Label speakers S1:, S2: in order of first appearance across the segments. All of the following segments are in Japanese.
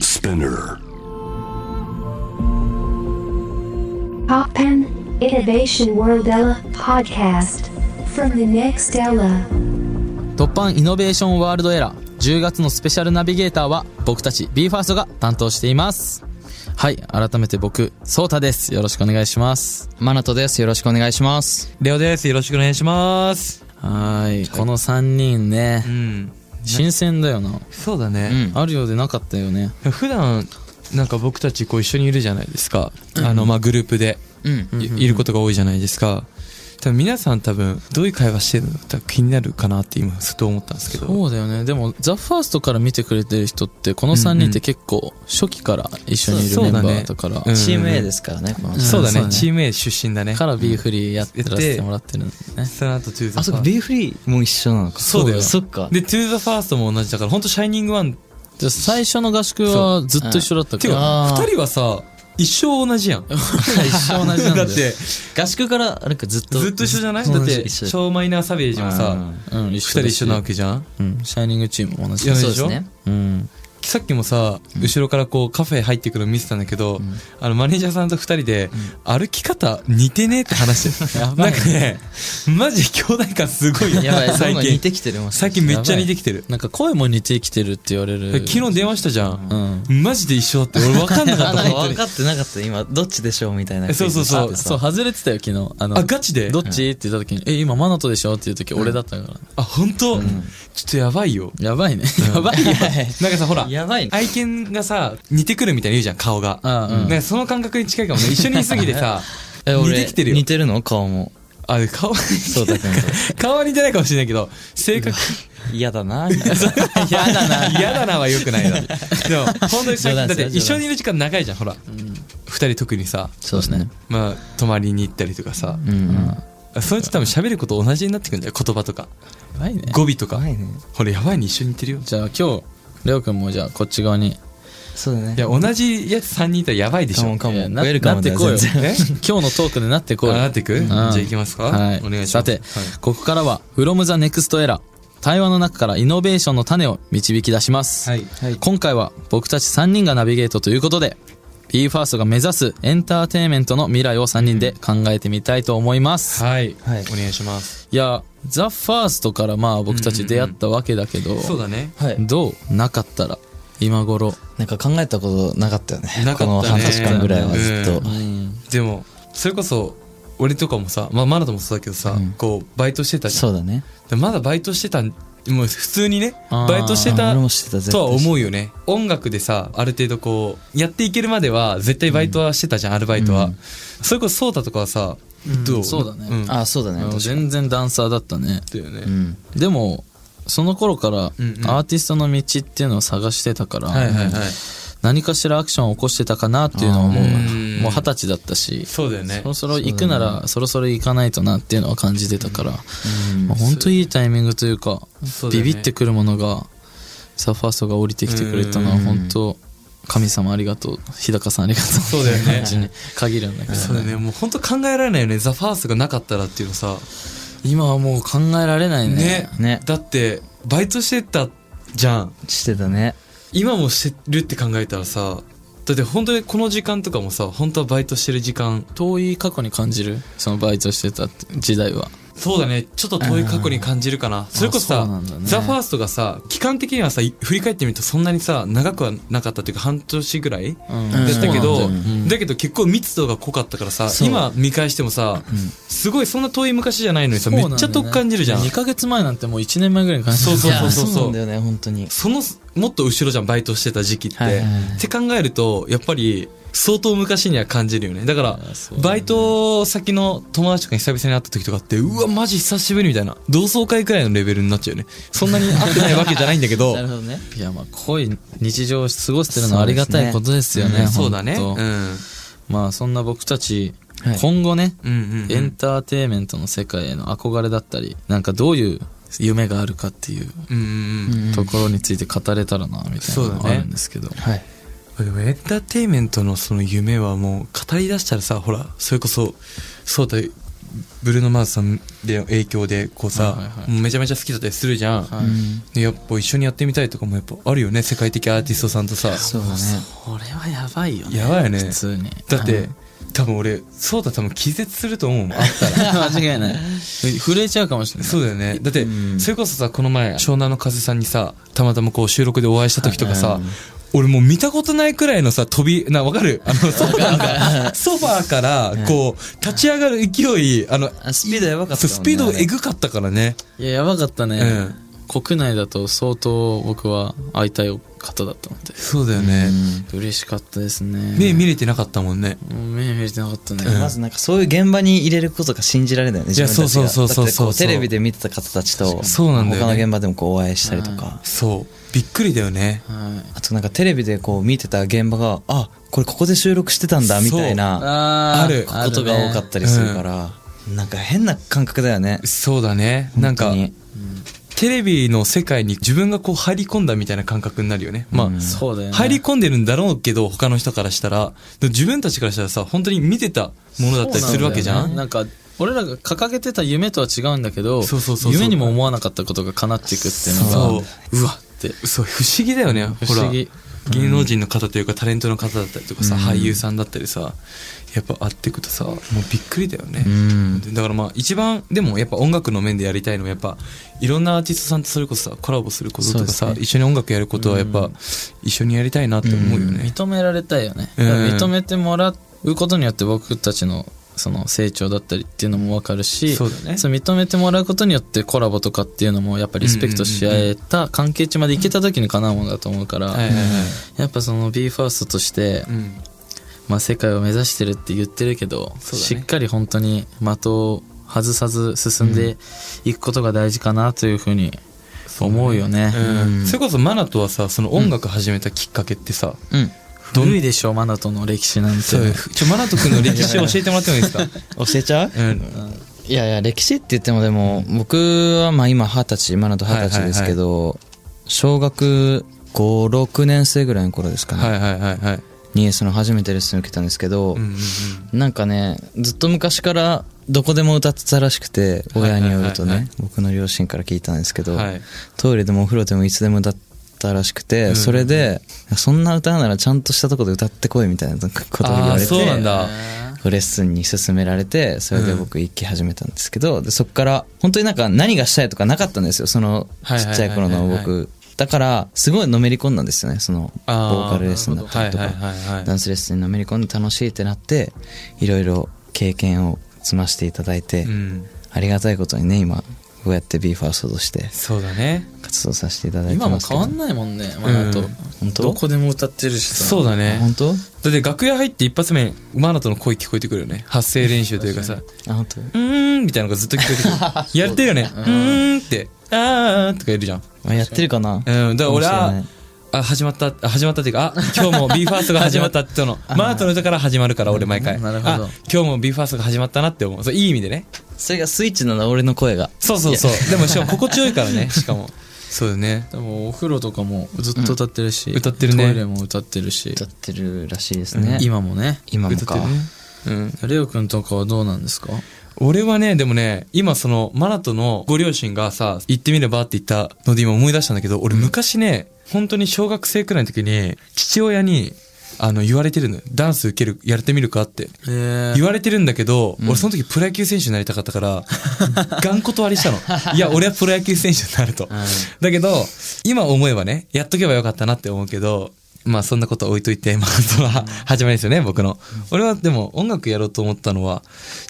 S1: Spinner.
S2: Poppen Innovation World Ella Podcast from the next Ella.
S3: 突破イノベーションワールドエラー10月のスペシャルナビゲーターは僕たち BE:FIRST が担当していますはい改めて僕ソータですよろしくお願いします
S4: マナトです。よろしくお願いします。
S5: レオです。よろしくお願いします。
S3: はーいこの3人ね
S5: うん。
S3: 新鮮だよな
S5: そうだね。
S3: あるようでなかったよね
S5: 普段、なんか僕たちこう一緒にいるじゃないですか。あの、まあ、グループで
S4: うん。
S5: いいることが多いじゃないですか。多分皆さん多分、どういう会話してるのか気になるかなって今、ふと思ったんですけど。
S3: そうだよねでも THEFIRST から見てくれてる人ってこの3人って結構初期から一緒にいる
S5: そう
S3: メンバ
S5: そうだね
S3: ーだから
S5: うん
S4: チーム A ですからね、この人。
S5: そうだ
S3: そうだ
S5: ね。
S3: ね
S5: チーム A 出身だね。
S3: からビーフリーやってらせてもらってるんだね
S5: その後、トゥーザ
S4: あ、
S5: フ
S4: そっ
S5: ァース
S4: か、B フリーも一緒なのか。
S5: そうだよ
S4: そっか。
S5: ト。で、トゥーザファーストも同じだから、ほんとシャイニングワン。
S3: じゃあ最初の合宿はずっと一緒だった
S5: て
S3: か
S5: いう
S3: ら
S5: か、二人はさ、一生同じやん。
S3: 一生同じなんだ
S5: だ
S3: よ
S5: って、
S4: 合宿から、なんかずっと。
S5: ずっと一緒じゃない
S4: ず
S5: だっ
S4: と
S5: て、
S4: 一緒
S5: ショーマイナーサビエージも
S4: う
S5: さ
S4: ん、
S3: うん一緒
S5: 二人
S3: だし
S5: 一緒なわけじゃん
S3: うんシャイニングチームも同じ
S5: いや
S3: だし
S4: そうですね。
S3: うん
S5: さっきもさ、後ろからこうカフェ入ってくるの見てたんだけど、あのマネージャーさんと二人で、歩き方似てねえって話して るなんかね、マジ兄弟感すごいよ
S4: やばい、最
S5: 最
S4: 近似
S5: 近。
S4: てきてるもん。
S5: 最近めっちゃ似てきてる。
S3: なんか声も似てきてるって言われる。
S5: 昨日電話したじゃん。マジで一緒だって。俺分かんなか
S4: あ、
S5: った
S4: なん
S5: 本
S4: か
S5: 当
S4: 分
S5: に
S4: かってなかった。今、どっちでしょうみたいな。
S5: えそうそうそう
S4: クイズ
S3: そう、
S4: があって
S3: 外
S4: さ
S3: れてたよ、昨日。あの、
S5: あ、ガチで
S3: どっちって言った時に、え、今、マナトでしょっていう時、俺だったから。
S5: あ、本当、ちょっとやばいよ。
S3: やばいね。やばいよ。
S5: なんかさ、ほら、
S4: やばいね、
S5: 愛犬がさ、似てくるみたいに言うじゃん、顔が。
S3: あうん
S5: なんかその感覚に近いかもね。一緒にいすぎ てさ
S4: え、俺
S5: 似てきてるよ
S4: 似。てるの顔も。
S5: あ、顔、
S4: そ うだくんと。
S5: 顔は似てないかもしれないけど、性 格、
S4: 嫌 だな。みたいな
S5: 嫌だな。嫌だなは良くないな。でも、本当に最
S4: 冗
S5: 近、だ
S4: 談で
S5: っ
S4: すよ
S5: て一緒にいる時間長いじゃん、ほら。二人特にさ、
S4: そうですね。
S5: まあ、泊まりに行ったりとかさ。
S4: うん。
S5: そいつ多分喋ること同じになってくんだよ、言葉とか。
S3: やばいね。
S5: 語尾とか
S4: ばいね。
S5: ほら、やばいに一緒に似てるよ。
S3: じゃあ、今日、レオ君もじゃあ、こっち側に。
S4: そうだね。
S5: いや、同じやつ三人いたらやばいでし
S4: カ
S5: ょ
S4: モン。カモ
S3: い
S4: ン。
S3: や
S4: ウ
S3: な
S4: ェルカムだよ、
S3: なってこいよ
S4: 全然。
S5: え
S3: 今日のトークでなってこうよ。
S5: あなってく
S3: うん
S5: じゃあ行きますか
S3: はい。
S5: お願いします
S3: さて、
S5: はい
S3: ここからは、from the next era。対話の中からイノベーションの種を導き出します。
S5: はいはい
S3: 今回は僕たち3人がナビゲートということで、BE:FIRST が目指すエンターテインメントの未来を3人で考えてみたいと思います。
S5: はい。
S4: はい
S5: お願いします。
S3: いや、THEFIRST からまあ僕たち出会ったわけだけど、
S5: そうだね。
S4: はい。
S3: どうなかったら、今頃。
S4: なんか考えたことなかったよね。
S5: なかったね
S4: この半年間ぐらいはずっと。
S5: でも、それこそ、俺とかもさ、まあ、マナトもそうだけどさ、こう、バイトしてたじゃん
S4: そうだね。
S5: でまだバイトしてたんもう普通にね
S3: あー
S5: バイトして
S4: あ
S5: た
S4: 俺もしてた絶対
S5: とは思うよね音楽でさある程度こうやっていけるまでは絶対バイトはしてたじゃん、アルバイトは、それこそソータとかはさ、どう
S3: そうだね
S5: ん、
S4: あ、そうだね。
S3: あの
S4: 確か
S3: 全然ダンサーだったね。
S5: だよね、
S4: うん。
S3: でも、その頃からア
S5: んうん
S3: ーティストの道っていうのを探してたから、
S5: はいはいはい
S3: 何かしらアクションを起こしてたかなっていうのはもう、
S5: うん
S3: もう二十歳だったし、
S5: そうだよね
S3: そろそろ行くならそろそろ行かないとなっていうのは感じてたから、まあ、本当いいタイミングというか
S5: そうだ
S3: ビ
S5: よね
S3: ビってくるものがサファーストが降りてきてくれたのは本当神様ありがとう日高さんありがとう
S5: そうだよね
S3: っていう感じに限るんだけ
S5: そ
S3: ど
S5: うだよねもう本当考えられないよねザ・ファーストがなかったらっていうのさ
S3: 今はもう考えられないね
S5: ね
S4: ね
S5: だってバイトしてたじゃん
S4: してたね。
S5: 今もしてるって考えたらさだって本当にこの時間とかもさ本当はバイトしてる時間
S3: 遠い過去に感じるそのバイトしてた時代は
S5: そうだね。ちょっと遠い過去に感じるかな。それこそ
S3: あ
S5: さ、
S3: そうなんだね
S5: ザ・ファーストがさ、期間的にはさ、い振り返ってみるとそんなにさ、長くはなかったっていうか半年ぐらい
S3: ん
S5: だったけ
S3: そ
S5: ど、
S3: うなんだよね
S5: だけど結構密度が濃かったからさ、
S4: そう
S5: 今見返してもさ、すごいそんな遠い昔じゃないのにさ、めっちゃ遠く感じるじゃん。
S3: 2ヶ月前なんてもう1年前ぐらいに感じる
S5: そうそうそうそう
S4: いやなんだよね、本当に。
S5: その、もっと後ろじゃん、バイトしてた時期って。
S4: はいはいはい
S5: って考えると、やっぱり、相当昔には感じるよね。だから
S3: いやそう、だね
S5: バイト先の友達とかに久々に会った時とかって、うわ、マジ久しぶりみたいな。同窓会くらいのレベルになっちゃうよね。そんなに会ってないわけじゃないんだけど。
S4: なるほどね。
S3: いやまあ濃い日常を過ごしてるのはありがたいことですよね。
S5: そうだね。
S3: 本
S5: う
S3: 当
S5: ん。
S3: まあそんな僕たち、
S4: はい
S3: 今後ね、
S5: うんうんうん
S3: エンターテインメントの世界への憧れだったり、なんかどういう夢があるかっていう
S5: うんうんうん。
S3: ところについて語れたらな、みたいなのがあるんですけど。
S4: はい。
S5: でもエンターテインメントのその夢はもう語り出したらさ、ほら、それこそ、そうだ、ブルーノ・マーズさんで影響でこう
S3: はい
S5: さ、
S3: はいはい
S5: もうめちゃめちゃ好きだったりするじゃん、でやっぱ一緒にやってみたいとかもやっぱあるよね世界的アーティストさんとさ
S4: そうだね。
S3: これはやばいよね
S5: やばいよね
S3: 普通に
S5: だっ
S3: う
S5: て
S3: ん
S5: 多分俺そうだ多分気絶すると思うもんあったら
S3: 間違いない震えちゃうかもしれない
S5: そうだよねだってそれこそさこの前湘南の風さんにさたまたまこう収録でお会いした時とかさ、俺もう見たことないくらいのさ飛びなわかるあのソファーがソファーからこう立ち上がる勢いあの
S4: あスピードやばかった
S5: そう
S4: もんね
S5: スピード
S4: あれ
S5: えぐかったからね
S3: いややばかったね、
S5: うん
S3: 国内だと相当僕は会いたい方だったので
S5: そうだよね、
S3: 嬉しかったですね
S5: 目見れてなかったもんね
S3: もう目見れてなかったね、
S4: まずなんかそういう現場に入れることが信じられないよね。自分たちが
S5: いやそうそうそうそうそう
S4: だってこテレビで見てた方たちと、
S5: そうなんだよね
S4: 他の現場でもこうお会いしたりとか。
S5: そうびっくりだよね
S3: はい
S4: あとなんかテレビでこう見てた現場が、あ、これここで収録してたんだみたい
S3: あ
S4: な
S3: ー
S5: ある
S3: ね
S4: ことが多かったりするから、なんか変な感覚だよね。
S5: そうだねなんか
S4: 本当に
S5: テレビの世界に自分がこう入り込んだみたいな感覚になるよねまあ、
S4: うん
S3: そうだよね
S5: 入り込んでるんだろうけど他の人からしたらでも自分たちからしたらさ本当に見てたものだったりするわけじゃん
S3: そうなんだよねなんか俺らが掲げてた夢とは違うんだけど
S5: そうそうそうそう
S3: 夢にも思わなかったことが叶っていくっていうのがうわって
S5: そう不思議だよね
S3: 不
S5: ほら
S3: 思議
S5: 芸能人の方というかタレントの方だったりとかさ、俳優さんだったりさやっぱ会ってくとさもうびっくりだよね、
S4: ん
S5: だからまあ一番でもやっぱ音楽の面でやりたいのはやっぱいろんなアーティストさんとそれこそさコラボすることとか
S4: そ
S5: さ、
S4: うです
S5: 一緒に音楽やることはやっぱ一緒にやりたいなって思うよね、
S3: 認められたいよね、
S5: うん
S3: 認めてもらうことによって僕たちのその成長だったりっていうのも分かるし
S5: そうだね
S3: そう認めてもらうことによってコラボとかっていうのもやっぱリスペクトし合えた関係値までいけた時にかなうものだと思うから、
S5: はいはいはい
S3: やっぱその BE:FIRST として、
S5: うん
S3: まあ、世界を目指してるって言ってるけど、
S5: そうだね
S3: しっかり本当に的を外さず進んでいくことが大事かなというふうに思うよね。
S5: うんそれこそマナとはさその音楽始めたきっかけってさ、
S4: うん。
S3: 古いでしょ、マナトの歴史なんて。
S5: そうちょマナト君の歴史を教えてもらってもいいですか
S4: 教えちゃう
S5: うん
S4: いやいや歴史って言ってもでも僕はまあ今二十歳今のと二十歳ですけど、小学56年生ぐらいの頃ですかね、
S5: はいはいはいはい
S4: にその初めてレッスン受けたんですけど、
S5: うんうんうん
S4: なんかねずっと昔からどこでも歌ってたらしくて
S5: はいは
S4: 親
S5: いはいはい
S4: によるとね、僕の両親から聞いたんですけど、
S5: はい
S4: トイレでもお風呂でもいつでも歌ったらしくて、それでそんな歌うならちゃんとしたとこで歌ってこいみたいなことを言わ
S5: あ
S4: れ
S5: ー
S4: て
S5: そうなんだ
S4: レッスンに勧められてそれで僕行き始めたんですけど、でそこから本当になんか何がしたいとかなかったんですよそのち
S5: はいはいはいはい
S4: っちゃい頃の僕だからすごいのめり込んだんですよねそのボ
S5: あー
S4: ーカルレッスンだったりとか
S5: はいはいはいはい
S4: ダンスレッスンにのめり込んで楽しいってなっていろいろ経験を積ませていただいて、
S5: うん
S4: ありがたいことにね今こうやって BE:FIRST として
S5: そうだね
S4: 活動させていただいて
S3: 今も
S4: ますけ
S3: 変
S4: ど
S3: わんないもんね、マナト。
S5: うん
S4: 本当
S3: どこでも歌ってるしさ。
S5: そうだ
S4: あ
S5: ね
S4: 本当
S5: だって楽屋入って一発目マナトの声聞こえてくるよね発声練習というかさ
S4: あ本
S5: 「
S4: 当
S5: うーん」みたいなのがずっと聞こえてくる やれてるよね「うーん」って「あー」とかいるじゃん
S4: あやってるかな
S5: うん、だから俺
S4: かもしれ
S5: は
S4: ない、
S5: あ、始まった、あ始まったっていうか、あ、今日も BE:FIRST が始まった っての、マートの歌から始まるから、俺毎回。
S3: なるほど
S5: あ今日も BE:FIRST が始まったなって思う。そう、いい意味でね。
S4: それがスイッチなんだ俺の声が
S5: そうそう そう。でもしかも心地よいからね、しかも。そうだよね。
S3: でもお風呂とかもずっと歌ってるし、
S5: うん歌ってるね
S3: トイレも歌ってるし
S4: 歌、ってるらしいですね、
S3: 今もね。
S4: 今も
S5: 歌っ
S4: か
S5: てるね。うん。
S3: レオくんとかはどうなんですか
S5: 俺はね、でもね、今その、マナトのご両親がさ、行ってみればって言ったので今思い出したんだけど、俺昔ね、本当に小学生くらいの時に、父親に、あの、言われてるのよ。ダンス受ける、やれてみるかって。
S3: え
S5: 言われてるんだけど、俺その時プロ野球選手になりたかったから、 頑固断りしたの。いや、俺はプロ野球選手になると。だけど、今思えばね、やっとけばよかったなって思うけど、まあそんなことは置いといて、まあその始まりですよね、僕の。俺はでも音楽やろうと思ったのは、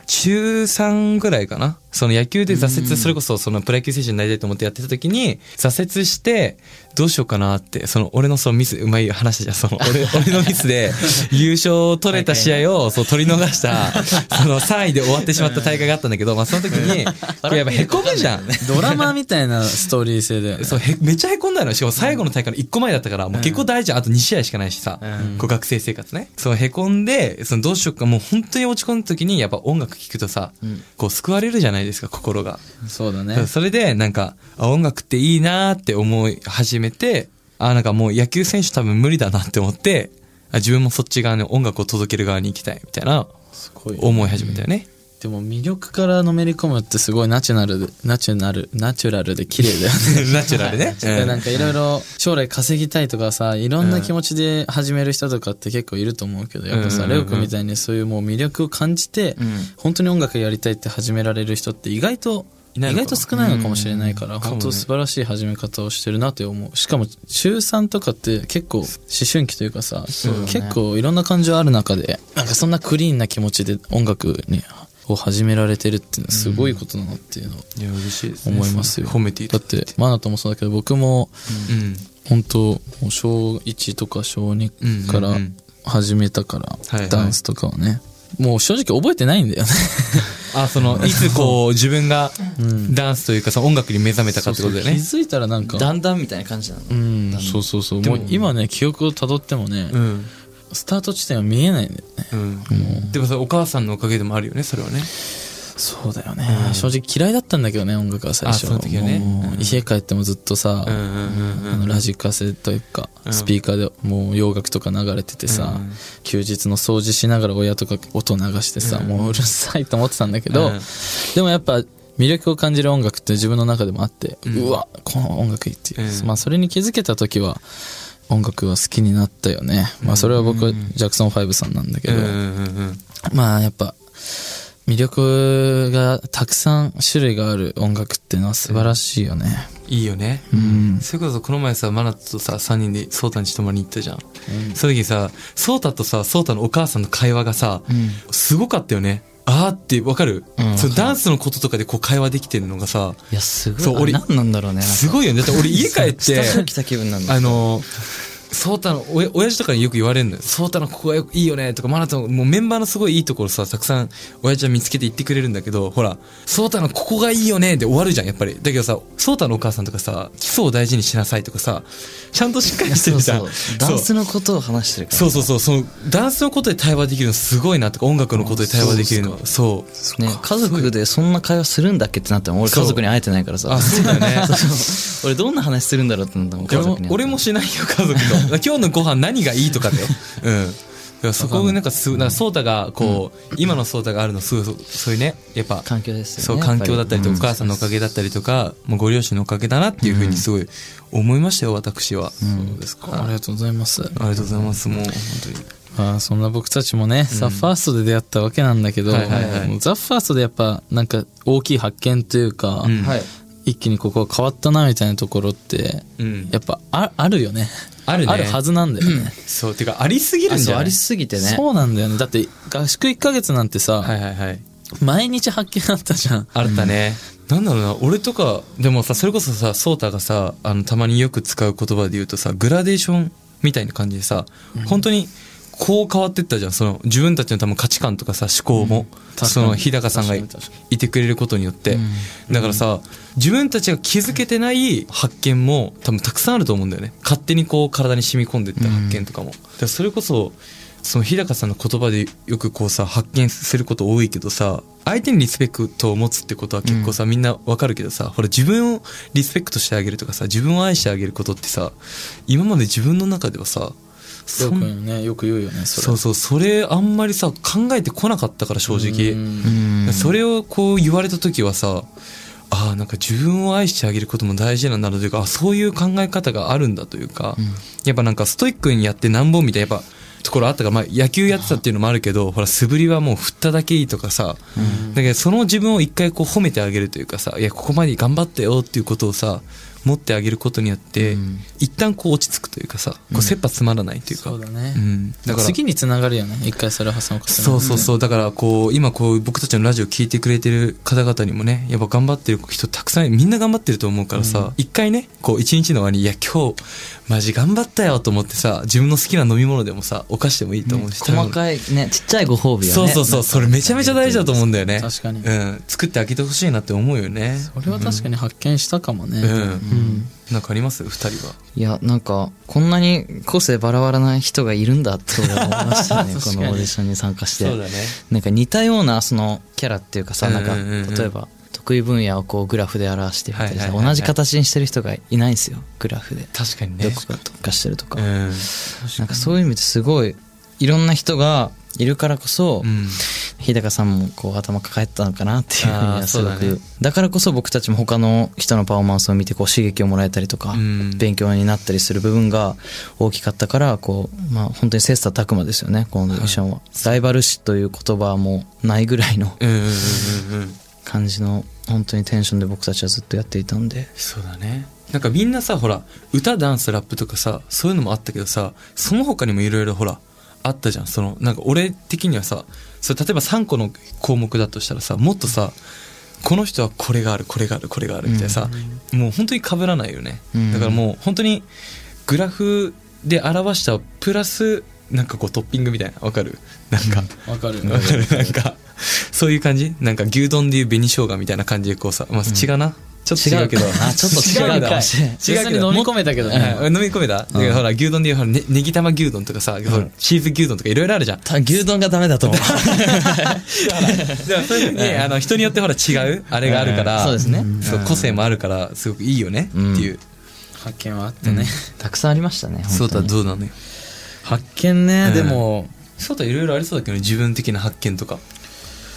S5: 中3ぐらいかな。その野球で挫折、それこそそのプロ野球選手になりたいと思ってやってた時に、挫折して、どうしようかなって、その俺のそのミス、うまい話じゃん、その俺、俺のミスで優勝を取れた試合をそう取り逃した、その3位で終わってしまった大会があったんだけど、まあその時に、これやっぱへこむじゃん。
S3: ドラマみたいなストーリー性 だよね。
S5: そうへめっちゃへこんだのよしかも最後の大会の1個前だったから、もう結構大事あと2試合しかないしさ、こう学生生活ねそうへこんでそのどうしようかもう本当に落ち込んだ時にやっぱ音楽聴くとさ、こう救われるじゃないですか心が、
S3: そうだね。
S5: それでなんかあ音楽っていいなーって思い始めてあなんかもう野球選手多分無理だなって思ってあ自分もそっち側に音楽を届ける側に行きたいみたいな
S3: すごい。
S5: 思い始めたよね、
S3: でも魅力からのめり込むってすごいナチュラルで、ナチュラル、ナチュラルで綺麗だよね。
S5: ナチュラルね。
S3: で
S5: う
S3: なんんかいろいろ将来稼ぎたいとかさいろんな気持ちで始める人とかって結構いると思うけどやっぱさ、
S5: うんうん
S3: レ
S5: うん
S3: オ君みたいにそういうもう魅力を感じて、本当に音楽やりたいって始められる人って意外と
S5: いない
S3: 意
S5: の
S3: 外
S5: か
S3: と少ないのかもしれないから、
S5: かも
S3: 本
S5: ね
S3: 当素晴らしい始め方をしてるなって思うしかも中3とかって結構思春期というかさ結構いろんな感情ある中でなんかそんなクリーンな気持ちで音楽にを始められてるっていうのはすごいことだなっていうのを
S5: いや、嬉しいですね。
S3: 思いますよ、
S5: 褒めてい
S3: だ
S5: た
S3: っ。てマナトもそうだけど僕も
S5: うん。
S3: 本当もう小1とか小2か
S5: うん
S3: ら
S5: うんうん
S3: 始めたから、
S5: はいはい
S3: ダンスとかをねもう正直覚えてないんだよね
S5: あ、その、いつこう、自分がダンスというか、その音楽に目覚めたかってことだよ
S3: 気
S5: ね。
S3: づいたらなんか
S4: だんだんみたいな感じなの
S3: うんそうそうそうもう今ね記憶をたどってもね、
S5: うん。
S3: スタート地点は見えないんだよね
S5: うん。でもさ、お母さんのおかげでもあるよね、それはね。
S3: そうだよね、正直嫌いだったんだけどね音楽は最初
S5: あその時はね
S3: もう家帰ってもずっとさ、
S5: うんうん
S3: あのラジカセというか、
S5: うん
S3: スピーカーでもう洋楽とか流れててさ、
S5: うん
S3: 休日の掃除しながら親とか音流してさ、もううるさいと思ってたんだけど、
S5: うん
S3: でもやっぱ魅力を感じる音楽って自分の中でもあって、うわこの音楽いいっていう、
S5: うん
S3: まあそれに気づけた時は音楽は好きになったよね、まあそれは僕、ジャクソン5さんなんだけ
S5: うん。
S3: ど、
S5: うんうんうん。
S3: まあやっぱ魅力がたくさん種類がある音楽っていうのは素晴らしいよね、
S5: いいよね。
S3: ん
S5: それこそこの前さ、マナとさ、3人でソータに泊まりに行ったじゃん。その時さ、ソータとさ、ソータのお母さんの会話がさ、すごかったよね。あーってわかる、
S4: うん
S5: そのダンスのこととかでこう会話できてるのがさ、
S4: いやす
S5: そう
S4: ごい
S5: 俺
S4: あ何なんだろうね
S5: すごいよね。だって俺家帰っ
S4: ス
S5: て
S4: タ、ジオ来た気分なんだ
S5: あの、ソータの、おや親父とかによく言われるのよ。ソータのここがよくいいよねとか、マナともうメンバーのすごいいいところさ、たくさん親父は見つけて言ってくれるんだけど、ほら、ソータのここがいいよねで終わるじゃん、やっぱり。だけどさ、ソータのお母さんとかさ、基礎を大事にしなさいとかさ、ちゃんとしっかりして
S4: そ
S5: る
S4: う
S5: じゃん。
S4: そうダンスのことを話してるから
S5: そうそうそう、その、ダンスのことで対話できるのすごいなとか、音楽のことで対話できるの。そう。
S4: ね家族でそんな会話するんだっけってなったもん俺
S5: そう
S4: 家族に会えてないからさ
S5: あ、そうだよ ね。
S4: 俺どんな話するんだろうってなったもん
S5: いや
S4: 家族に
S5: 俺もしないよ家族と 今日のご飯何がいいとかだようんだからそこがなんかすごいなんかソータがこう、今のソータがあるのすごいそうそういうねやっぱ
S4: 環境です
S5: そ
S4: よ
S5: う
S4: ね
S5: 環境だったりとか、お
S4: やぱ
S5: 母さんのおかげだったりとか、もうご両親のおかげだなっていうふうにすごい思いましたよ私は、そうですか
S3: あ
S5: あ
S3: り
S5: り
S3: がとうございます
S5: がとうございますもう本
S3: まあそんな僕たちもね、ザ・ファーストで出会ったわけなんだけど、
S5: はいはいはい
S3: もうザ・ファーストでやっぱなんか大きい発見というか、
S5: うん
S4: はい
S3: 一気にここが変わったなみたいなところって、
S5: 当にうん
S3: やっぱああるよね
S5: あるね
S3: あるはずなんだよね、
S5: そうてかありすぎるん
S4: あ
S5: じ
S4: そう
S5: ゃな
S4: あ
S5: い
S4: りすぎてね
S3: そうなんだよねだって合宿1ヶ月なんてさ、
S5: はいはいはい
S3: 毎日発見あったじゃん
S5: あったね、なんだろうな俺とかでもさそれこそさソータがさあのたまによく使う言葉で言うとさグラデーションみたいな感じでさ、本当にこう変わってったじゃんその自分たちの多分価値観とかさ思考も、
S3: かに
S5: その日高さんが
S3: 確かに確
S5: いてくれることによって、だからさ自分たちが気づけてない発見も多分たくさんあると思うんだよね勝手にこう体に染み込んでった発見とかも、だからそれこそその日高さんの言葉でよくこうさ発見すること多いけどさ相手にリスペクトを持つってことは結構さ、みんなわかるけどさほら自分をリスペクトしてあげるとかさ自分を愛してあげることってさ今まで自分の中ではさそ
S3: よ
S5: ん
S3: くねよく言うよねそれ
S5: そうそうそれあんまりさ考えてこなかったから正直。
S3: うん
S4: うん
S5: それをこう言われた時はさああなんか自分を愛してあげることも大事なんだなというかあそういう考え方があるんだというか、やっぱなんかストイックにやってなんぼみたいなやっぱところあったから、まあ、野球やってたっていうのもあるけどほら素振りはもう振っただけいいとかさ、だけどその自分を一回こう褒めてあげるというかさいやここまで頑張ったよっていうことをさ持ってあげることによって、一旦こう落ち着くというかさこう切羽詰まらないというか、
S3: そううんだね、
S5: だから
S3: 次につながるよね一回それを挟むことによ
S5: そ
S3: っ
S5: う
S3: て
S5: そうそう。だから、こう、今こう、僕たちのラジオ聞いてくれてる方々にもね、やっぱ頑張ってる人たくさん、みんな頑張ってると思うからさ、一、回ね、こう、一日の終わりに、いや、今日、マジ頑張ったよと思ってさ、自分の好きな飲み物でもさ、お菓子でもいいと思うし、食べ
S4: 細
S5: 物
S4: かいねちっちゃいご褒美はね
S5: そうそうそう、それめちゃめちゃ大事だと思うんだよね。
S3: 確かに
S5: うん。作ってあげてほしいなって思うよね。
S3: これは確かに発見したかもね、
S5: うん。なんかあります二人は。
S4: いやなんかこんなに個性バラバラな人がいるんだと思いまし たねこ
S3: かに
S4: のオーディションに参加して
S5: ね。
S4: なんか似たようなそのキャラっていうかさなんか
S5: うんうんうん
S4: 例えば得意分野をこうグラフで表してみたり
S5: はいはい
S4: さ
S5: はいはい
S4: 同じ形にしてる人がいないんですよグラフで
S5: 確かにね
S4: ど。こか特化してるとか
S5: うん。
S4: なんかそういう意味ですごいいろんな人がいるからこそ
S5: うん。
S4: 日高さんもこう頭抱えてたのかなっていうふうに
S5: あー
S4: はすごく
S5: そうだね
S4: だからこそ僕たちも他の人のパフォーマンスを見てこう刺激をもらえたりとか、
S5: うん
S4: 勉強になったりする部分が大きかったからこう、まあ、本当に切磋琢磨ですよねこのオーディションは、ライバル視という言葉もないぐらいの
S5: うんうんうんうん
S4: 感じの本当にテンションで僕たちはずっとやっていたんで
S5: そうだねなんかみんなさほら歌ダンスラップとかさそういうのもあったけどさその他にもいろいろほらあったじゃんそのなんか俺的にはさそれ例えば3個の項目だとしたらさもっとさこの人はこれがあるこれがあるこれがあるみたいなさ、もう本当に被らないよね、
S4: うん
S5: だからもう本当にグラフで表したプラスなんかこうトッピングみたいなわかるなんか、
S3: わかる。
S5: わかる なんかそういう感じなんか牛丼でいう紅生姜みたいな感じでこうさ、まあ、違うな、ちょっと違うけど
S4: あちょっと違 う
S5: 違う
S4: かもしれない
S5: 違う
S3: 実
S5: け
S3: 際
S5: ど
S3: に飲み込めたけどね。
S5: うん飲み込めた、だからほら牛丼でいうほら、ね、ネギ玉牛丼とかさ、ほらチーズ牛丼とかいろいろあるじゃん
S4: た牛丼がダメだと思う
S5: でもそういうふうにあの人によってほら違うあれがあるから、
S4: うんそうですね
S5: そう個性もあるからすごくいいよねっていう、
S3: 発見はあってね。
S4: たくさんありましたね
S5: そう
S4: 本当
S5: だ
S4: に
S5: どうなのよ
S3: 発見ね、でも、
S5: そうだいろいろありそうだけど自分的な発見とか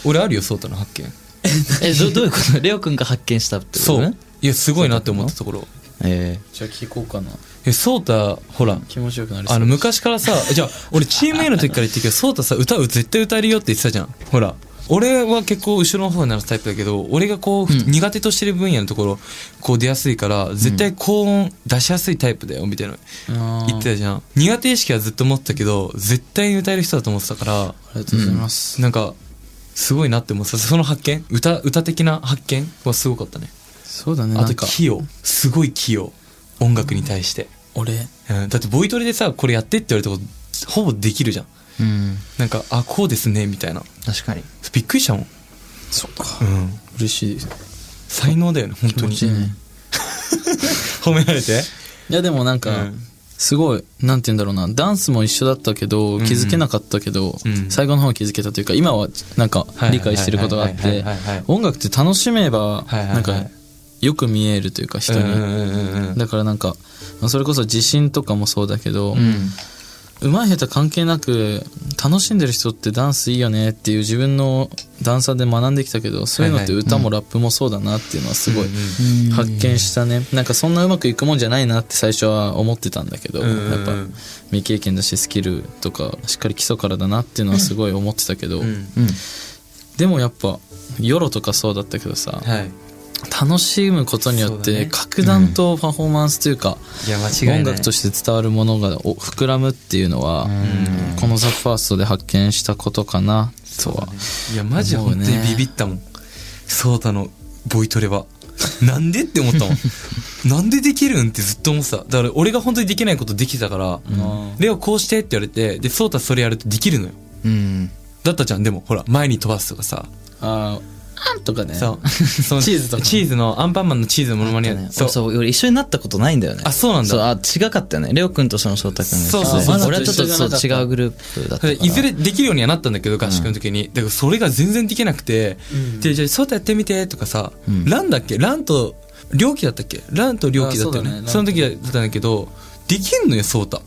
S5: 俺あるよそうたの発見
S4: えどどういうことレオくんが発見したってこと
S5: そう
S4: ね
S5: いやすごいなって思ったところ
S4: え
S3: じゃあ聞こうかな。
S5: えそうたほら
S3: 気持ちよくなりそう。
S5: あの、昔からさ、じゃあ、俺チーム A の時から言ってるけ ど、ソータさ、歌う絶対歌えるよって言ってたじゃん。ほら。俺は結構後ろの方になるタイプだけど、俺がこう、苦手としてる分野のところ、こう出やすいから、絶対高音出しやすいタイプだよ、みたいな
S3: あー
S5: 言ってたじゃん。苦手意識はずっと持ってたけど、絶対に歌える人だと思ってたから、
S3: ありがとうございます。
S5: なんか、すごいなって思ってた。その発見歌、歌的な発見はすごかったね。
S3: そうだね、
S5: あ
S3: な
S5: と
S3: んか、
S5: 器用。すごい器用。音楽に対して。
S3: 俺、
S5: うんだってボイトレでさこれやってって言われたことほぼできるじゃん
S4: えうん
S5: なんかあこうですねみたいな
S4: 確かに
S5: びっくりしたもん、
S3: そっか。
S5: うん、
S3: 嬉しいです。
S5: 才能だよね本
S3: 気
S5: 当
S3: 持
S5: に
S3: ちいいね。
S5: 褒められて
S3: いやでもなん
S5: う
S3: か
S5: ん、
S3: すごい、なんて言うんだろうな、ダンスも一緒だったけど、気づけなかったけど
S5: うん、
S3: 最後の方は気づけたというか、今はなんか
S5: はい
S3: 理解してることがあっ
S5: はい
S3: て
S5: はいはいはいはい、
S3: 音楽って楽しめば、
S5: はいはいはい
S3: なんか、よく見えるというか、人
S5: うん
S3: に。
S5: うんうんうん
S3: だからなんか、まあそれこそ自信とかもそうだけど、うまい下手関係なく、楽しんでる人ってダンスいいよねっていう自分のダンサーで学んできたけど、そういうのって
S5: はい
S3: 歌もラップもそうだなっていうのはすごい発見したね。なんかそんなうまくいくもんじゃないなって最初は思ってたんだけど、
S5: うんうんうん
S3: やっぱ未経験だしスキルとかしっかり基礎からだなっていうのはすごい思ってたけど、
S5: うん
S4: うん
S3: でもやっぱ、ヨロとかそうだったけどさ、
S5: はい
S3: 楽しむことによっ
S5: そうだね
S3: て格段とパフォーマンスというか、
S5: いや間違いない
S3: 音楽として伝わるものがお膨らむっていうのは、この「THEFIRST」で発見したことかなとは、
S5: いやマジで本当にビビったもんソータのボイトレはなんでって思った もんなんでできるんってずっと思ってただから俺が本当にできないことできたから、レオこうしてって言われてでソータそれやるとできるのよ
S4: うん
S5: だったじゃんでもほら前に飛ばすとかさ
S3: あーあんとかね
S5: そうその
S3: チーズとか
S5: チーズのアンパンマンのチーズのモノマネ
S4: ね
S5: や
S4: そうそう俺一緒になったことないんだよね
S5: あそうなんだ
S4: そうあ違かったよねレオくんとその翔太くんが
S5: そうそう
S4: はい
S5: そう
S4: 俺はちょっと
S3: まだと一緒
S4: そう
S3: じゃなかった
S4: 違うグループだった
S5: そ
S4: か
S5: れ
S4: ら
S5: いずれできるようにはなったんだけど合宿の時に、だからそれが全然できなくて、でじゃあそうやってみてとかさ、
S4: ん
S5: ランだっけランと両機だったっけランと両機だったよね
S3: あそうだ
S5: そ
S3: ね
S5: の時だったんだけどできんのよそうた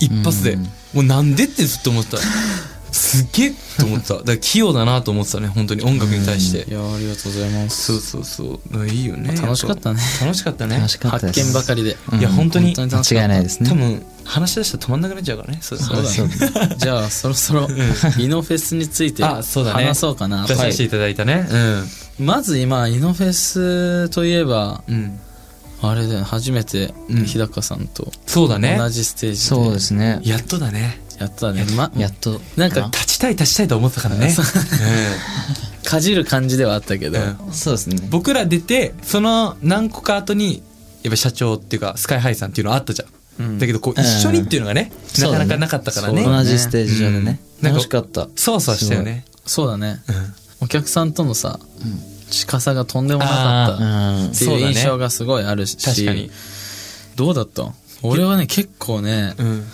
S5: 一発で、
S4: うん
S5: もうなんでってずっと思ってたすげえと思ってただから器用だなと思ってたね本当に音楽に対して、
S3: いやーありがとうございます
S5: そうそうそういいよね
S3: 楽しかったね
S5: 楽しかったね
S4: 楽しかっ
S3: 発
S4: たです
S3: 見ばかりで、
S5: いや本当に
S3: 楽しか
S4: 間
S3: った
S4: 違いないですね
S5: 多分話し出したら止まんなくなっちゃうからねそうそう
S3: そうだねじゃあそろそろイノフェスについて
S5: あそうだね
S3: 話そうかな
S5: 出させていただいたね
S3: まず今イノフェスといえば
S5: うん、うん、
S3: あれだよね初めて
S5: うん
S3: 日高さんと
S5: そうだね
S3: 同じステ
S4: そう
S3: ー
S4: で
S3: ジ
S4: すね
S5: やっとだね
S3: でやったね、ま、
S4: やっと
S3: なんか
S5: 立ちたい立ちたいと思ってたからね、
S3: かじる感じではあったけど、
S5: うん
S4: そうですね
S5: 僕ら出てその何個か後にやっぱ社長っていうかスカイハイさんっていうのあったじゃん、
S3: うん
S5: だけどこう一緒にっていうのがね、
S4: そう
S5: な
S4: だ
S5: か
S4: ね
S5: なかなかったからね
S3: そうだね
S4: 同じステージ上でね
S5: うん
S4: 楽しかった
S5: そわそわしたよね
S3: そうだね、お客さんとのさ、近さがとんでもなか
S4: う
S3: っ
S4: ん
S3: たっていう印
S5: そうだ
S3: 象
S5: ね
S3: がすごいあるし、
S5: 確かに
S3: どうだった俺はね結構ね、
S5: うん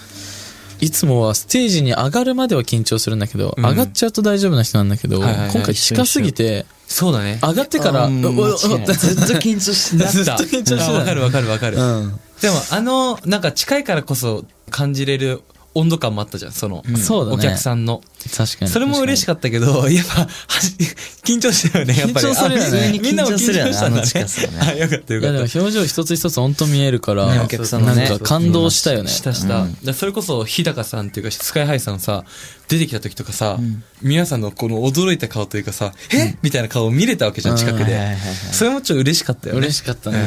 S3: いつもはステージに上がるまでは緊張するんだけど、
S5: うん
S3: 上がっちゃうと大丈夫な人なんだけど、
S5: はいはいはい
S3: 今回近すぎて
S5: そうだね
S3: 上がってから、
S4: うん
S3: うおうおう
S4: 間違いないずっと緊張して
S5: な
S4: な
S5: っ
S4: った
S3: ずっと緊張してた
S5: あわかるわかるわかる、
S3: うん
S5: でもあのなんか近いからこそ感じれる温度感もあったじゃん、その、
S3: そうだね
S5: お客さんの。
S3: 確かに。
S5: それも嬉しかったけど、やっぱ、はし緊張したよね、やっぱり。
S3: 緊張するよね
S5: あ普通にみんなも緊張したんだ
S4: 緊張するよねあの近
S5: ね。
S4: さ
S5: あ、よかったよ
S3: いやでも
S5: かっ
S3: 表情一つ一つ本当見えるから、
S4: ねお客さんのね
S3: なんか感動したよ
S5: た。
S3: ね。
S5: したした。だからそれこそ、日高さんっていうか、スカイハイさんさ、出てきた時とかさ、皆さんのこの驚いた顔というかさ、えみたいな顔を見れたわけじゃん、近く
S4: はいはいは
S5: で
S4: いはい。
S5: それもちょっと嬉しかったよね。
S3: 嬉しかったね。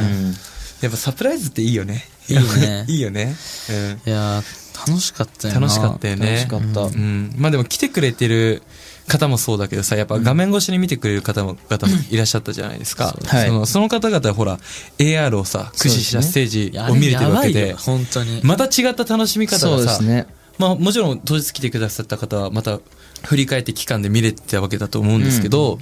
S5: やっぱサプライズっていいよね。
S3: いいね
S5: いいよね。うん。
S3: いやー楽しかったよな。
S5: 楽しかったよね。
S4: 楽しかった
S5: うん。まあでも来てくれてる方もそうだけどさ、やっぱ画面越しに見てくれる方も、方もいらっしゃったじゃないですか。
S4: はい
S5: そのその方々はほら、AR をさ、駆使したステージ
S3: いやあ
S5: を見れてるわけ
S3: やばい
S5: で
S3: よ、本当に。
S5: また違った楽しみ方
S4: そう
S5: が
S4: で
S5: さ、
S4: すね。
S5: まあもちろん当日来てくださった方はまた振り返って期間で見れてたわけだと思うんですけど、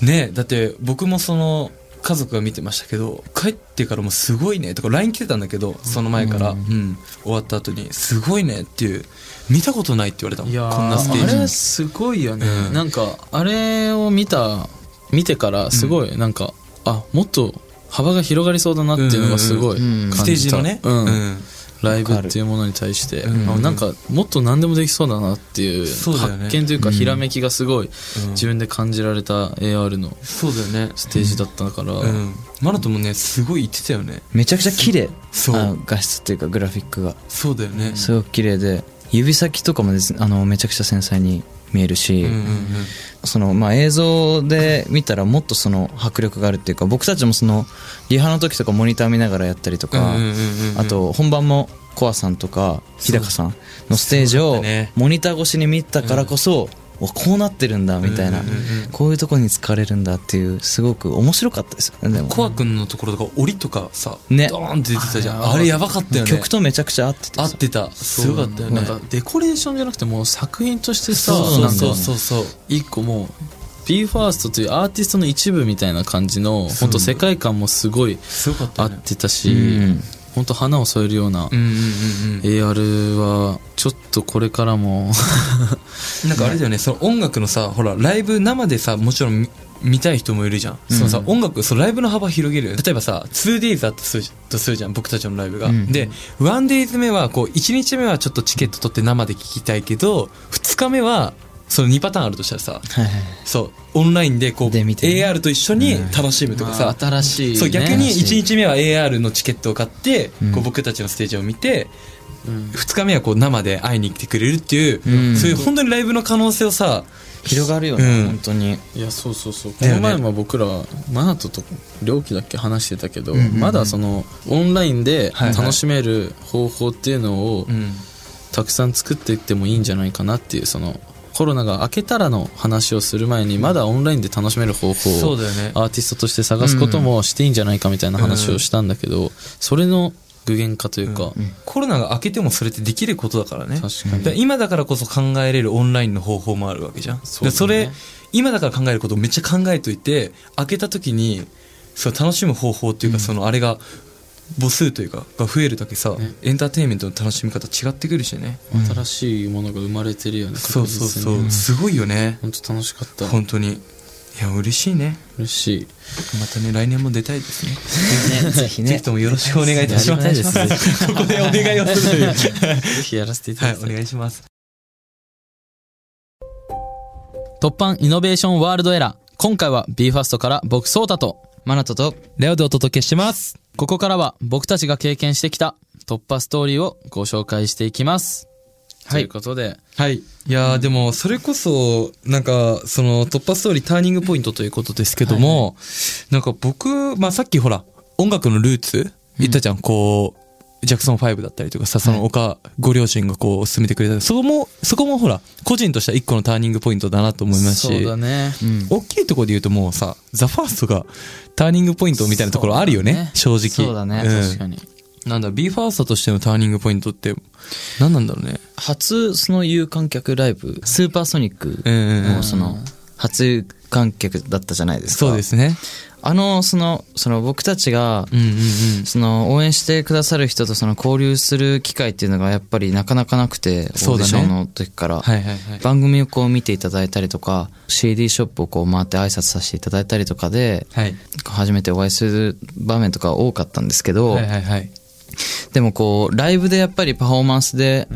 S5: ねだって僕もその家族が見てましたけど帰ってからもすごいねとか LINE 来てたんだけどその前から、うん終わった後にすごいねっていう見たことないって言われたも
S3: いや
S5: んこんなステ
S3: あ
S5: ー
S3: れ
S5: ジ
S3: すごいよね、
S5: うん
S3: なんかあれを見た見てからすごいなんか、あもっと幅が広がりそうだなっていうのがすごい
S4: うんうんう
S3: 感
S4: ん
S3: じた
S5: ステージのね、
S3: うん
S5: うん
S3: ライブっていうものに対して、
S5: うん
S3: あなんかもっと何でもできそうだなっていう
S5: そうだよね
S3: 発見というかひらめきがすごい自分で感じられた AR の
S5: そうだよね
S3: ステージだったから、
S5: うんマナトもねすごい言ってたよね
S4: めちゃくちゃ綺麗。
S5: そう
S4: あの画質っていうかグラフィックが。
S5: そうだよね
S4: すごく綺麗で、指先とかもですねあの、めちゃくちゃ繊細に見えるし、
S5: うんうんうん
S4: その、まあ、映像で見たらもっとその迫力があるっていうか、僕たちもその、リハの時とかモニター見ながらやったりと
S5: う
S4: か、
S5: んうんうんうん
S4: あと、本番もコアさんとか、日高さんのステー
S5: そ
S4: ジ
S5: うだ
S4: を
S5: ったね
S4: モニター越しに見たからこそ、わこうなってるんだみたいな、
S5: うんうんうん
S4: こういうとこに使われるんだっていうすごく面白かったですよねでも
S5: コア君のところとか檻とかさ、
S4: ね
S5: ドーンって出てたじゃんあれやばかったよね
S4: 曲とめちゃくちゃ合ってて
S5: 合ってたすごかったよね
S3: なんかデコレーションじゃなくてもう作品としてさ
S5: そうそう
S3: なん
S5: そう
S3: か
S5: そうそう
S3: 一個もう BE:FIRST というアーティストの一部みたいな感じの本当世界観もすごい
S5: すごかった
S3: 合
S5: よ
S3: っ
S5: ね
S3: てたし、
S4: ん
S3: 本当花を添えるような
S5: うんうんうんうん
S3: AR はちょっとこれから も
S5: なんかあれだよねその音楽のさほらライブ生でさもちろん見見たい人もいるじゃん、そのさ音楽そのライブの幅広げるよね例えばさ 2days だとするとするじゃん僕たちのライブが、
S4: ん
S5: で 1days 目はこう1日目はちょっとチケット取って生で聞きたいけど2日目はその2パターンあるとしたらさ
S4: はいはい
S5: そうオンラインでこう
S4: で見てね
S5: AR と一緒に楽しむとかさ、
S3: まあ新しい、ね、
S5: そう逆に
S4: しい
S5: 1日目は AR のチケットを買って、
S4: ん
S5: こう僕たちのステージを見て、
S3: うん
S5: 2日目はこう生で会いに来てくれるっていう、
S4: うん
S5: そういう本当にライブの可能性をさ
S4: 広がるよね、
S5: うん
S4: 本当に
S3: いやそうそうそうこ
S5: だよ
S3: の
S5: ね
S3: 前も僕らマナトと良輝だっけ話してたけど、まだそのオンラインで
S5: はいはい
S3: 楽しめる方法っていうのを
S5: うん
S3: たくさん作っていってもいいんじゃないかなっていうそのコロナが明けたらの話をする前にまだオンラインで楽しめる方法を
S5: そうだよね
S3: アーティストとして探すこともしていいんじゃないかみたいな話をしたんだけど、それの具現化というか、
S5: コロナが明けてもそれってできることだからね
S3: 確かに
S5: だら今だからこそ考えれるオンラインの方法もあるわけじゃん
S3: そうだね
S5: でそれ今だから考えることをめっちゃ考えといて開けた時にそう楽しむ方法っていうか、そのあれが母数というかが増えるだけさ、エンターテインメントの楽しみ方違ってくるしね、
S3: 新しいものが生まれてるよね
S5: そうそう
S3: 確実
S5: そ
S3: に
S5: うすごいよね、
S3: 本当楽しかった
S5: 本当にいや嬉しいね
S3: 嬉しい
S5: またね来年も出たいですね
S4: ねぜひ
S5: ぜひともよろしくお願いいたします
S4: やりたいで
S5: ここでお願いをするという
S3: ぜひやらせてい
S5: は
S3: ただ
S5: い
S3: き
S5: お
S3: たい、
S5: 願いします
S3: 突破イノベーションワールドエラー今回は BE:FIRST から僕ソータと
S4: マナトと
S5: レオでお届けします
S3: ここからは僕たちが経験してきた突破ストーリーをご紹介していきます、
S5: はい
S3: ということで
S5: はいいやーでもそれこそなんかその突破ストーリーターニングポイントということですけども、なんか僕まあさっきほら音楽のルーツ言ったじゃん、こうジャクソン5だったりとかさその他ご両親がこう進めてくれたそこもそこもほら個人としては一個のターニングポイントだなと思いますし
S3: そうだね、
S5: 大きいところで言うともうさ、ザ・ファーストがターニングポイントみたいなところあるよね、正直。
S4: そうだね
S5: ん
S3: 確かに
S5: なんだ、b ファーストとしてのターニングポイントって、何なんだろうね。
S4: 初その有観客ライブスーパーソニック
S5: うんうんうん
S4: のその初有観客だったじゃないですか
S5: そうですね。
S4: あのそのその僕たちが、
S5: うんうんうん。
S4: その応援してくださる人とその交流する機会っていうのがやっぱりなかなかなくてオ
S5: そ
S4: ー
S5: う
S4: デ
S5: だね
S4: ィションの時から、
S5: はいはいはい。
S4: 番組をこう見ていただいたりとか CD ショップをこう回って挨拶させていただいたりとかで
S5: はい。
S4: 初めてお会いする場面とか多かったんですけど、
S5: はいはいはい。
S4: でもこうライブでやっぱりパフォーマンスで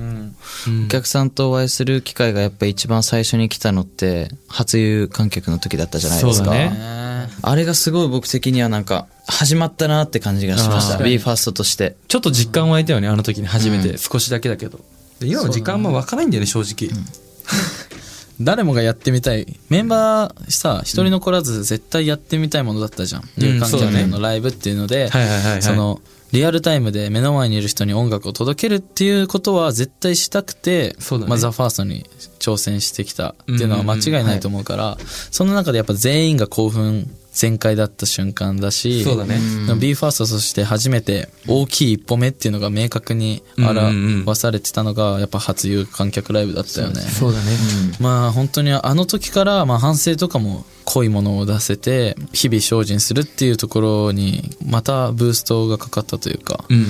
S4: お客さんとお会いする機会がやっぱ一番最初に来たのって初有観客の時だったじゃないです
S5: そう
S4: か、
S5: だね
S4: あれがすごい僕的にはなんか始まったなって感じがしまし
S5: あ
S4: た
S5: ー
S4: BE:FIRST として
S5: ちょっと実感湧いたよねあの時に初めて、少しだけだけどで今の時間も湧かないんだよね正直、
S3: 誰もがやってみたいメンバーさ一人残らず絶対やってみたいものだったじゃん有観
S5: そうだ
S3: 客
S5: ね
S3: のライブっていうので
S5: はいはいはいはい
S3: そのリアルタイムで目の前にいる人に音楽を届けるっていうことは絶対したくて、
S5: そうだね
S3: まあ、ザ・ファーストに挑戦してきたっていうのは間違いないと思うから、その中でやっぱ全員が興奮全開だった瞬間だし
S5: そうだね
S3: BE:FIRST そして初めて大きい一歩目っていうのが明確に表されてたのがやっぱ初有観客ライブだったよね。
S5: そうだね、
S3: まあ本当にあの時からまあ反省とかも濃いものを出せて日々精進するっていうところにまたブーストがかかったというか、
S5: うん、うんうん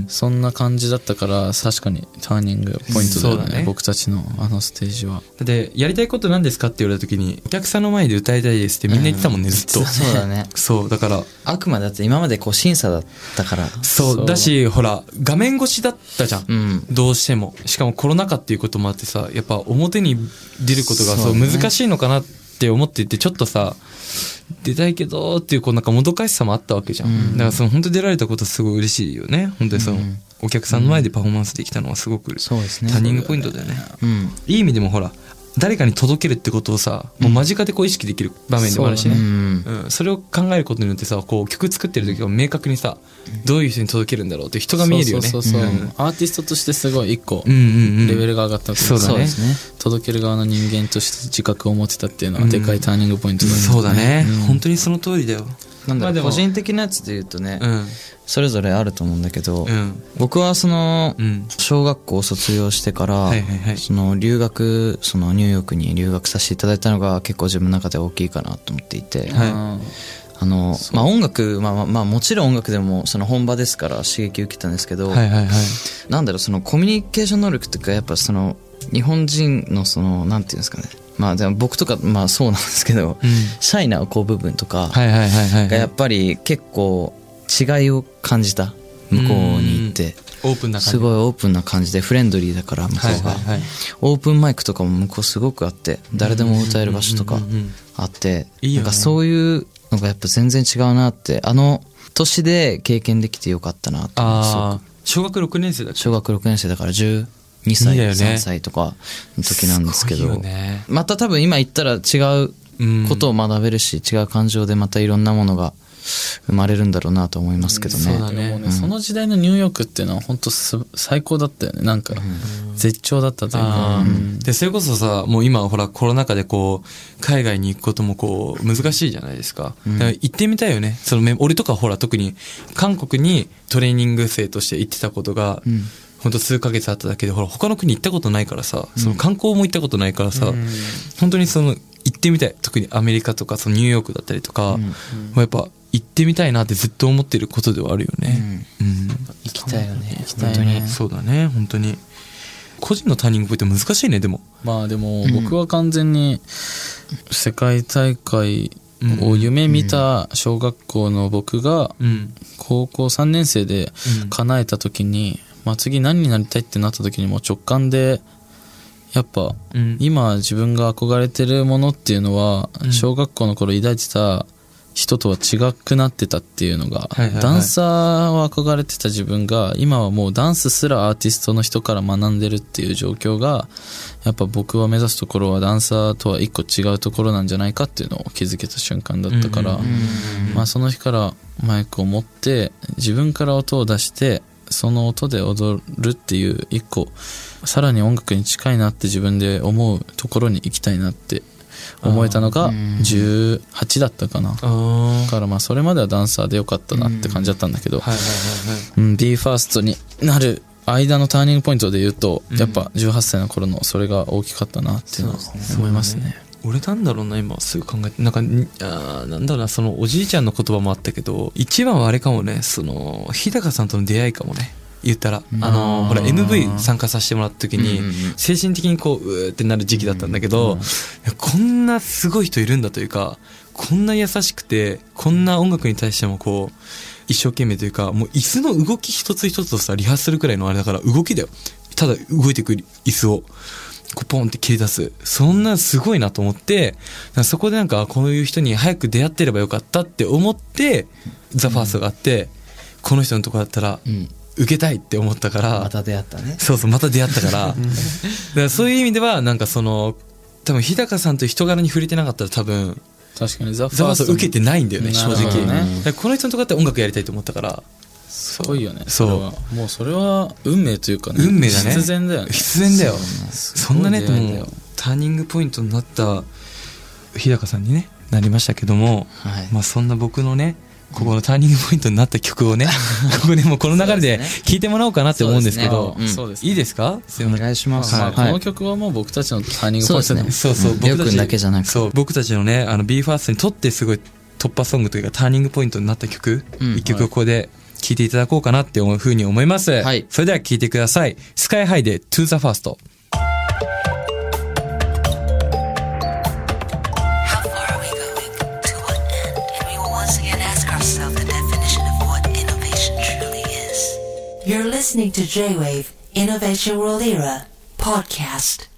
S5: うん
S3: そんな感じだったから確かにターニングポイントだよ
S5: そう
S3: ね
S5: だね
S3: 僕たちのあのステージは
S5: でやりたいこと何ですかって言われた時にお客さんの前で歌いたいですってみんな言ってたもんね、ずっと
S4: そうだね
S5: そうだから
S4: あくまでだって今までこう審査だったから
S5: そう
S3: そう
S5: だしほら画面越しだったじゃん、
S4: うん
S5: どうしてもしかもコロナ禍っていうこともあってさやっぱ表に出ることが
S4: そ
S5: そうう
S4: ね
S5: 難しいのかなって思っていてちょっとさ出たいけどっていうこうなんかもどかしさもあったわけじゃん、だからその本当に出られたことすごい嬉しいよね本当にその、お客さんの前でパフォーマンスできたのはすごく嬉しい
S4: そうですね
S5: ターニングポイントだよね
S4: うん
S5: いい意味でもほら誰かに届けるってことをさ、もう間近でこう意識できる場面でもあるしね
S4: そうだね
S5: うん、それを考えることによってさこう曲作ってる時は明確にさどういう人に届けるんだろうって人が見えるよね
S3: そうそうそうそう、
S5: ん
S3: アーティストとしてすごい一個
S5: うんうんうん
S3: レベルが上がったというか
S5: そうだね
S4: そうですね
S3: 届ける側の人間として自覚を持ってたっていうのはでかいターニングポイントだね、
S5: そうだね、本当にその通りだよ
S4: なんだ
S5: ま
S4: ろう
S5: あでも
S4: 個人的なやつで言うとね、
S5: うん
S4: それぞれあると思うんだけど、
S5: うん
S4: 僕はその、
S5: うん
S4: 小学校を卒業してから、
S5: はいはいはい
S4: その留学そのニューヨークに留学させていただいたのが結構自分の中で大きいかなと思っていて、
S5: はい
S3: うん
S4: あのまあ、音楽、まあまあ、まあもちろん音楽でもその本場ですから刺激受けたんですけど、
S5: はいはいはい
S4: なんだろうそのコミュニケーション能力とかやっぱその日本人のそのなんていうんですかねまあでも僕とかまあそうなんですけど、
S5: ん
S4: シャイなこう部分とか、
S5: はいはいはい
S4: が
S5: は
S4: やっ
S5: い
S4: ぱり結構違いを感じた向こうに行って
S5: オープンな感じ
S4: すごいオープンな感じでフレンドリーだから向こうが
S5: はいはいはい
S4: オープンマイクとかも向こうすごくあって誰でも歌える場所とか
S5: うんうんうんうん
S4: あって
S5: いいよ
S4: な
S5: ね
S4: んかそういうのがやっぱ全然違うなってあの年で経験できてよかったなって思います
S5: ああ小学6年生だっけ
S4: 小学6年生だから12
S5: い
S4: 歳、
S5: いよね
S4: 3歳とかの時なんですけ
S5: すごい
S4: ど
S5: よね
S4: また多分今言ったら違うことを学べるし、違う感情でまたいろんなものが生まれるんだろうなと思いますけどね。
S3: そうだねもうね、その時代のニューヨークっていうのは本当す最高だったよねなんか、絶頂だったというか、
S5: あーでそれこそさもう今ほらコロナ禍でこう海外に行くこともこう難しいじゃないですか,、だから行ってみたいよねそのめ俺とかほら特に韓国にトレーニング生として行ってたことが、ほんと数ヶ月あっただけでほら他の国行ったことないからさその観光も行ったことないからさ、本当にその行ってみたい特にアメリカとかそのニューヨークだったりとか、やっぱ行ってみたいなってずっと思ってることではあるよね。うん
S4: 行きたいよね。
S3: 行きたいね
S5: そうだね本当に個人のターニングポイント難しいねでも
S3: まあでも僕は完全に世界大会を夢見た小学校の僕が
S5: うん
S3: 高校3年生で
S5: うん
S3: 叶えた時に、まあ、次何になりたいってなった時にもう直感でやっぱ
S5: うん
S3: 今自分が憧れてるものっていうのは小学校の頃抱いてた人とは違くなってたっていうのが
S5: はいはいはい
S3: ダンサーを憧れてた自分が今はもうダンスすらアーティストの人から学んでるっていう状況がやっぱ僕は目指すところはダンサーとは一個違うところなんじゃないかっていうのを気づけた瞬間だったから、まあ、その日からマイクを持って自分から音を出してその音で踊るっていう一個さらに音楽に近いなって自分で思うところに行きたいなって思えたのが18だったかなだ
S5: ああ
S3: からまあそれまではダンサーでよかったなって感じだったんだけど、
S5: はいはいはいは
S3: う
S5: い
S3: ん、BE:FIRST になる間のターニングポイントで言うと、やっぱ18歳の頃のそれが大きかったなっていうのは思いますね。
S5: 俺なんだろうな今すぐ考えてなんかにあーなんだろうなそのおじいちゃんの言葉もあったけど一番はあれかもねその日高さんとの出会いかもね言ったらあのほら MV 参加させてもらった時に精神的にこううーってなる時期だったんだけど、いやこんなすごい人いるんだというかこんな優しくてこんな音楽に対してもこう一生懸命というかもう椅子の動き一つ一つをさリハーサルくらいのあれだから動きだよただ動いてくる椅子を、こうポンって切り出す。そんなすごいなと思って、なんかそこでなんか、あこういう人に早く出会ってればよかったって思って、ザ・ファーストがあって、この人のとこだったら、
S4: ん
S5: 受けたいって思ったから、
S4: また出会ったね
S5: そうそう、また出会ったから。だからそういう意味では、なんかその、多分日高さんという人柄に触れてなかったら多分、
S3: 確かにザ・フ
S5: ザ
S3: ァー
S5: ワー
S3: スト
S5: スト受けてないんだよね、
S3: な
S5: 正
S3: るほど
S5: 直。
S3: ね
S5: だからこの人のとこだったら音楽やりたいと思ったから、
S3: すごいよね
S5: そう
S3: れはもうそれは運命というかね
S5: 運命だね。
S3: 必然だよね
S5: 必然だよ。そんなね、
S3: すごい出会いだ
S5: も
S3: よ
S5: う、ターニングポイントになった日高さんにね、なりましたけども、
S4: はい
S5: まあそんな僕のね、ここのターニングポイントになった曲をね、ここでもうこの流れで聴いてもらおうかなって思うんですけど、
S4: そうですねうん
S3: そうですね
S5: いいですかすいません
S4: お願いします
S3: まあ
S5: は
S3: こ
S5: い
S3: の曲はもう僕たちのターニングポイント
S4: そう
S3: だ
S4: です
S3: もん
S4: ね
S5: そうそう、
S4: うん
S5: 僕
S4: りょ
S5: た
S4: う
S5: ち
S4: くんだけじゃなく
S5: そう、僕たちのね、あの、BE:FIRST にとってすごい突破ソングというかターニングポイントになった曲、一、
S4: うん
S5: 曲をここで聴いていただこうかなって思うふうに思います。
S4: はい
S5: それでは聴いてください。スカイハイで To the First。
S1: How far are we going? To what end? And we will once again ask ourselves the definition of what innovation truly is. You're listening to J-Wave Innovation World Era podcast.